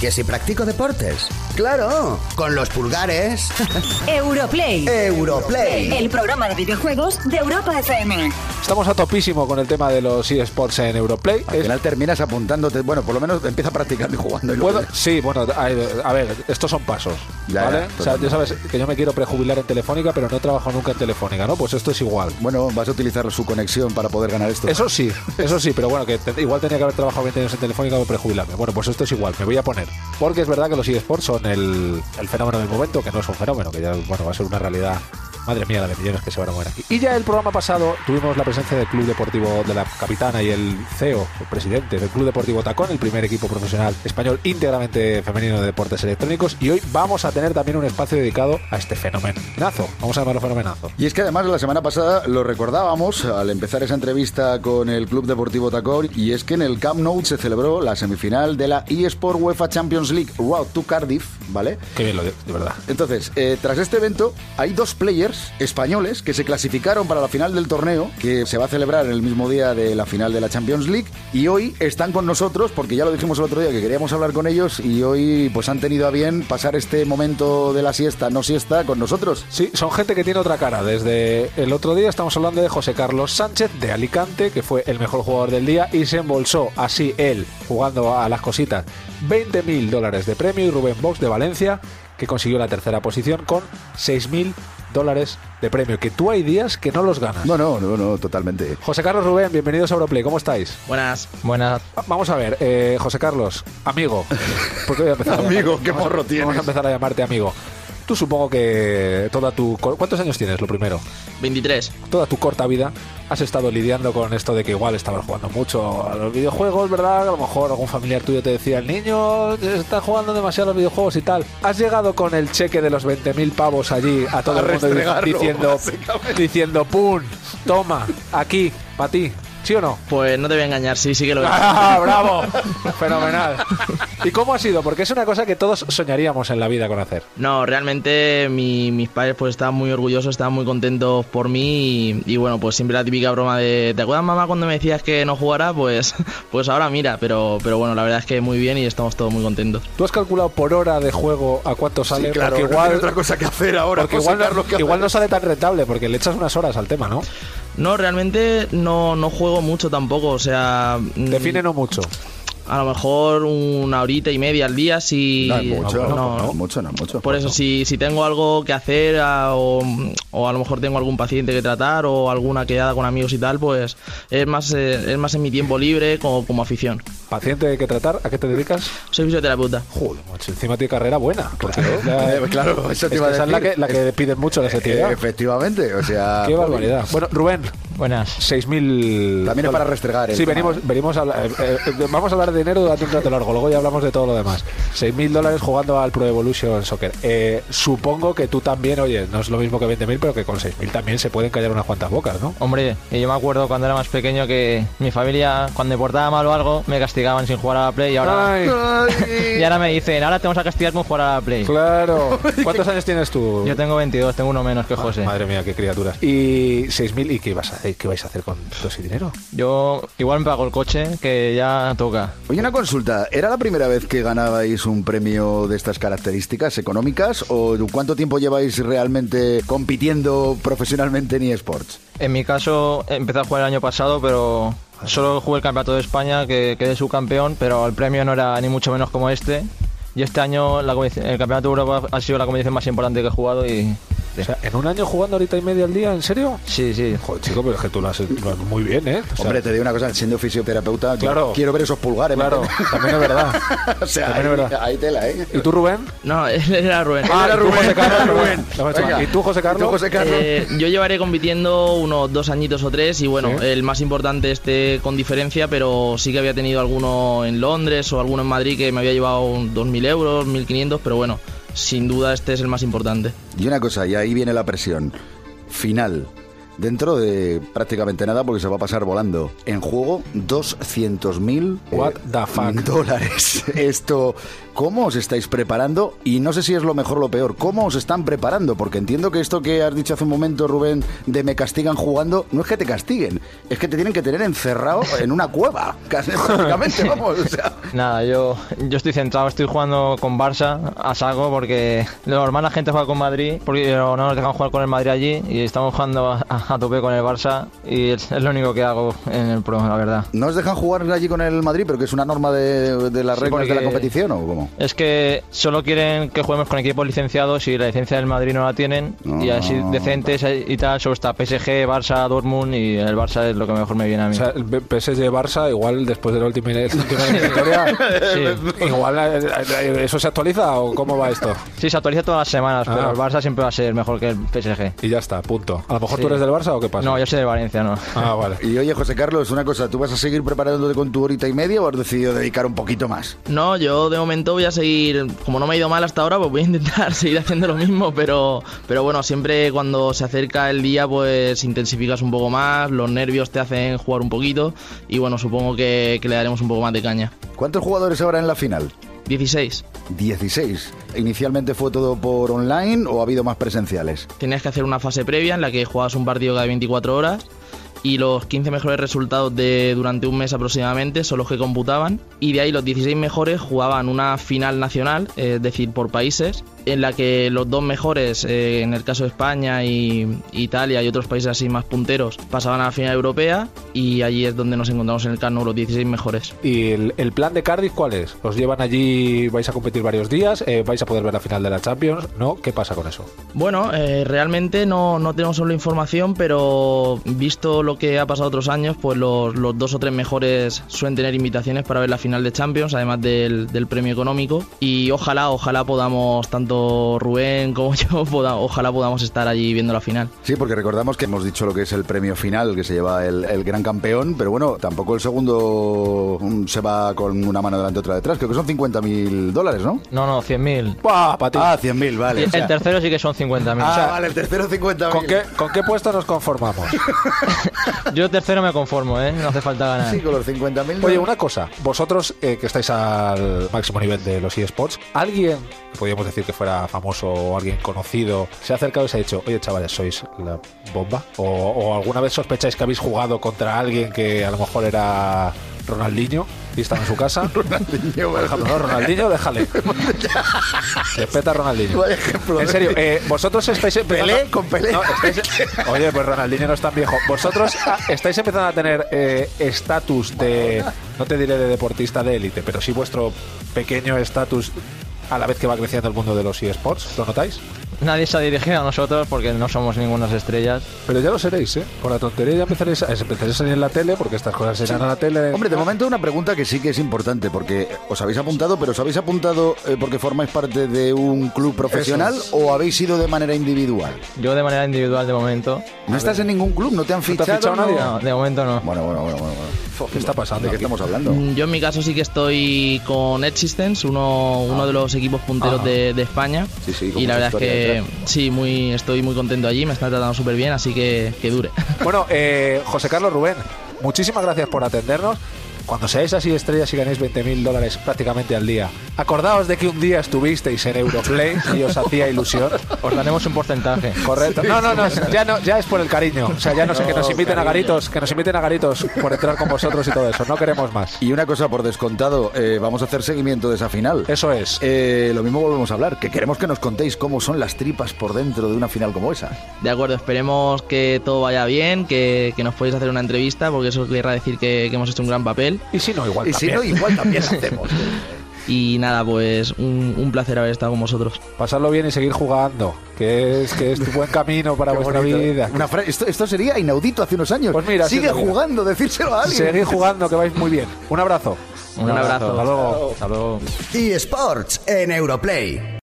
¿Que si practico deportes? ¡Claro! Con los pulgares. Europlay. Eh, Europlay. El programa de videojuegos de Europa FM. Estamos a topísimo con el tema de los eSports en Europlay. Al final terminas apuntándote, bueno, por lo menos empieza practicando y jugando. Y luego Bueno, sí, bueno, a, a ver, estos son pasos. Ya, ¿vale? ya, o sea, ya totalmente. sabes que yo me quiero prejubilar en Telefónica, pero no trabajo nunca en Telefónica, ¿no? Pues esto es igual. Bueno, vas a utilizar su conexión para poder ganar esto. Eso sí, eso sí, pero bueno, que te- igual tenía que haber trabajado 20 años en Telefónica para prejubilarme. Bueno, pues esto es igual, me voy a poner. Porque es verdad que los eSports son el, el fenómeno del momento, que no es un fenómeno, que ya bueno, va a ser una realidad. Madre mía, la de millones que se van a mover aquí. Y ya el programa pasado tuvimos la presencia del Club Deportivo de la Capitana y el CEO, el presidente del Club Deportivo Tacón, el primer equipo profesional español íntegramente femenino de deportes electrónicos. Y hoy vamos a tener también un espacio dedicado a este fenomenazo. Vamos a llamarlo fenomenazo. Y es que además la semana pasada lo recordábamos al empezar esa entrevista con el Club Deportivo Tacón y es que en el Camp Nou se celebró la semifinal de la eSport UEFA Champions League Route to Cardiff, ¿vale? Qué bien lo de, de verdad. Entonces, eh, tras este evento, hay dos players españoles que se clasificaron para la final del torneo, que se va a celebrar el mismo día de la final de la Champions League, y hoy están con nosotros, porque ya lo dijimos el otro día que queríamos hablar con ellos, y hoy pues han tenido a bien pasar este momento de la siesta, no siesta, con nosotros. Sí, son gente que tiene otra cara. Desde el otro día estamos hablando de José Carlos Sánchez de Alicante, que fue el mejor jugador del día y se embolsó así él, jugando a las cositas, 20.000 dólares de premio y Rubén Box de Valencia, que consiguió la tercera posición con 6.000 dólares de premio, que tú hay días que no los ganas. No, no, no, no, totalmente. José Carlos Rubén, bienvenidos a Europlay, ¿cómo estáis? Buenas. Buenas. Va- Vamos a ver, eh, José Carlos, amigo. Porque voy a empezar a Amigo, llamarte- qué vamos a- morro tienes. Vamos a empezar a llamarte amigo. Tú supongo que toda tu... co- ¿Cuántos años tienes, lo primero? 23. Toda tu corta vida has estado lidiando con esto de que igual estabas jugando mucho a los videojuegos, ¿verdad? A lo mejor algún familiar tuyo te decía, el niño está jugando demasiado a los videojuegos y tal. Has llegado con el cheque de los 20.000 pavos allí a todo A el mundo restregarlo, diciendo, básicamente. diciendo, ¡pum! Toma, aquí, para ti. ¿Sí o no? Pues no te voy a engañar, sí, sí que lo veo. ¡Ah, bravo! Fenomenal. ¿Y cómo ha sido? Porque es una cosa que todos soñaríamos en la vida con hacer. No, realmente mi- mis padres pues estaban muy orgullosos, estaban muy contentos por mí y, y, bueno, pues siempre la típica broma de ¿te acuerdas mamá cuando me decías que no jugara? Pues, pues ahora mira, pero, pero bueno, la verdad es que muy bien y estamos todos muy contentos. ¿Tú has calculado por hora de juego a cuánto sale? Sí, claro, Porque no tiene otra cosa que hacer ahora. porque José igual, Carlos, ¿qué no, hace? igual no sale tan rentable porque le echas unas horas al tema, ¿no? No, realmente no, no juego mucho tampoco, o sea... mm, Define no mucho. A lo mejor una horita y media al día si... No es mucho, No, no, no. es mucho, no es mucho. Por eso, si, si tengo algo que hacer a- o, o a lo mejor tengo algún paciente que tratar o alguna quedada con amigos y tal, pues es más, eh, es más en mi tiempo libre como, como afición. Paciente que tratar, ¿a qué te dedicas? Soy fisioterapeuta. Joder, macho, encima tiene carrera buena. Claro, Eh, claro, eso te iba a esa es la decir. que, la que piden mucho la Eh, actividad. efectivamente, o sea... Qué barbaridad. Bueno, Rubén, Buenas. 6.000. También es para restregar el Sí, tema. venimos, venimos a, hablar- eh, eh, vamos a hablar de dinero durante un rato largo, luego ya hablamos de todo lo demás. 6.000 dólares jugando al Pro Evolution Soccer. Eh, supongo que tú también, oye, no es lo mismo que 20.000, pero que con 6.000 también se pueden callar unas cuantas bocas, ¿no? Hombre, y yo me acuerdo cuando era más pequeño que mi familia, cuando me portaba mal o algo, me castigaban sin jugar a la Play y ahora, Ay, y ahora me dicen, ahora te vamos a castigar por jugar a la Play. claro. ¿Cuántos años tienes tú? Yo tengo 22, tengo uno Ah, menos que eh. José. Madre mía, qué criaturas. ¿Y 6.000? ¿Y qué, vas a hacer? qué vais a hacer con todo ese dinero? Yo igual me pago el coche, que ya toca. Oye, una consulta. ¿Era la primera vez que ganabais un premio de estas características económicas? ¿O cuánto tiempo lleváis realmente compitiendo profesionalmente en eSports? En mi caso, empecé a jugar el año pasado, pero solo jugué el Campeonato de España, que quedé subcampeón, pero el premio no era ni mucho menos como este. Y este año la competición- el Campeonato de Europa ha sido la competición más importante que he jugado y... O sea, ¿en un año jugando ahorita y media al día? ¿En serio? Sí, sí. Joder, chico, pero es que tú lo haces lo haces muy bien, ¿eh? O sea, Hombre, te digo una cosa, siendo fisioterapeuta, yo Claro. quiero ver esos pulgares. Claro, ¿me entiendes? también es verdad. o sea, ahí, también es verdad. ahí tela, ¿eh? ¿Y tú, Rubén? No, él era Rubén. Ah, ¿y tú, José Carlos? Rubén. No, macho, Venga. ¿Y tú, José Carlos? ¿Y tú, José Carlos? Eh, yo llevaré compitiendo unos dos añitos o tres y bueno, Sí. el más importante este con diferencia, pero sí que había tenido alguno en Londres o alguno en Madrid que me había llevado un 2.000 euros, 1.500, pero bueno, sin duda este es el más importante. Y una cosa, y ahí viene la presión. Final. dentro de prácticamente nada porque se va a pasar volando. En juego 200.000 eh, What the fuck? dólares. Esto, ¿cómo os estáis preparando? Y no sé si es lo mejor o lo peor, ¿cómo os están preparando? Porque entiendo que esto que has dicho hace un momento, Rubén, de me castigan jugando, no es que te castiguen, es que te tienen que tener encerrado en una cueva, casi prácticamente, vamos. o sea. Nada, yo, yo estoy centrado, estoy jugando con Barça a saco porque lo normal la gente juega con Madrid, porque no nos dejan jugar con el Madrid allí y estamos jugando a, a tope con el Barça y es, es lo único que hago en el Pro, la verdad. ¿No os dejan jugar allí con el Madrid, pero que es una norma de, de las Sí, reglas de la porque- competición o cómo? Es que solo quieren que juguemos con equipos licenciados y la licencia del Madrid no la tienen y así No. decentes y tal, solo está PSG, Barça, Dortmund y el Barça es lo que mejor me viene a O mí. sea, el B- PSG Barça, igual después de la última, la última victoria, Sí. igual eh, eh, eso se actualiza o cómo va esto. Sí, se actualiza todas las semanas, Ah. pero el Barça siempre va a ser mejor que el PSG. Y ya está, punto. A lo mejor Sí. tú eres del Barça o qué pasa. No, yo soy de Valencia, no. Ah, vale. Y oye, José Carlos, una cosa, ¿tú vas a seguir preparándote con tu horita y media o has decidido dedicar un poquito más? No, yo de momento voy a seguir, como no me ha ido mal hasta ahora, pues voy a intentar seguir haciendo lo mismo, pero, pero bueno, siempre cuando se acerca el día, pues intensificas un poco más, los nervios te hacen jugar un poquito y bueno, supongo que, que le daremos un poco más de caña. ¿Cuántos jugadores ahora en la final? 16. 16. ¿Inicialmente fue todo por online o ha habido más presenciales? Tenías que hacer una fase previa en la que jugabas un partido cada 24 horas y los 15 mejores resultados de durante un mes aproximadamente son los que computaban y de ahí los 16 mejores jugaban una final nacional, eh, es decir, por países, en la que los dos mejores, eh, en el caso de España y Italia y otros países así más punteros, pasaban a la final europea y allí es donde nos encontramos en el Camp Nou los 16 mejores. ¿Y el, el plan de Cardiff cuál es? ¿Os llevan allí, vais a competir varios días, eh, vais a poder ver la final de la Champions? ¿No? ¿Qué pasa con eso? Bueno, eh, realmente no, no tenemos solo información, pero visto lo que ha pasado otros años, pues los, los dos o tres mejores suelen tener invitaciones para ver la final de Champions, además del, del premio económico. Y ojalá, ojalá podamos, tanto Rubén como yo, poda- ojalá podamos estar allí viendo la final. Sí, porque recordamos que hemos dicho lo que es el premio final que se lleva el, el gran campeón, pero bueno, tampoco el segundo mm, se va con una mano delante otra detrás. Creo que son 50.000 dólares, ¿no? No, no, 100.000. ¡Buah, Pati! Ah, 100.000, vale. o sea- El tercero sí que son 50.000. ah, o sea, vale, el tercero 50.000. eh. ¿Con qué, ¿Con qué puesto nos conformamos? Yo tercero me conformo, ¿eh? No hace falta ganar. Sí, con los 50.000. Oye, una cosa. Vosotros, eh, que estáis al máximo nivel de los eSports, ¿alguien, que podríamos decir que fuera famoso o alguien conocido, se ha acercado y se ha dicho, oye, chavales, sois la bomba? ¿O, o alguna vez sospecháis que habéis jugado contra alguien que a lo mejor era Ronaldinho y estaba en su casa? Ronaldinho, Por ejemplo, ¿no? Ronaldinho, déjale. Respeta a Ronaldinho. Vaya ejemplo, En ¿eh? serio, eh, vosotros estáis empezando- Pelé con Pelé. No, estáis- Oye, pues Ronaldinho no es tan viejo. Vosotros ah, estáis empezando a tener eh, estatus de, no te diré de deportista de élite, pero sí vuestro pequeño estatus a la vez que va creciendo el mundo de los eSports. ¿Lo notáis? Nadie se ha dirigido a nosotros porque no somos ningunas estrellas. Pero ya lo seréis, ¿eh? Por la tontería ya empezaréis a, empezaréis a salir en la tele, porque estas cosas serán en la tele. Hombre, de momento una pregunta que sí que es importante, porque os habéis apuntado, pero ¿os habéis apuntado eh, porque formáis parte de un club profesional es. o habéis ido de manera individual? Yo de manera individual de momento. No estás en ningún club, no te han te ha fichado. fichado nadie? No, de momento no. Bueno, bueno, bueno, bueno. bueno. ¿Qué está pasando ¿De qué aquí? estamos hablando? Mm, Yo en mi caso sí que estoy con Existence, uno, uno de los equipos punteros de, de España. Ah. Sí, sí, con y la mucha verdad es historia que detrás. sí, muy, estoy muy contento allí, me están tratando súper bien, así que que dure. Bueno, eh, José Carlos Rubén, muchísimas gracias por atendernos. Cuando seáis así estrellas y ganéis 20.000 dólares prácticamente al día, acordaos de que un día estuvisteis en Europlay y os hacía ilusión. Os daremos un porcentaje. Correcto. No, no, no, ya no, ya es por el cariño. O sea, ya no sé que nos No, inviten a cariño. garitos, que nos inviten a garitos por entrar con vosotros y todo eso. No queremos más. Y una cosa por descontado, eh, vamos a hacer seguimiento de esa final. Eso es. Eh, lo mismo volvemos a hablar, que queremos que nos contéis cómo son las tripas por dentro de una final como esa. De acuerdo, esperemos que todo vaya bien, que, que nos podéis hacer una entrevista, porque eso querrá decir que, que hemos hecho un gran papel. Y si no, igual Y si no, Pues también. igual también la hacemos. Y nada, pues un, un placer haber estado con vosotros. Pasarlo bien y seguir jugando, que es que es tu buen camino para Qué vuestra bonito. ¿eh? vida. Una fra- esto, esto sería inaudito hace unos años. Pues mira, sí, Sigue mira. jugando, decírselo a alguien. Seguid jugando, que vais muy bien. Un abrazo. Un abrazo. Hasta luego. Hasta luego. eSports en Europlay.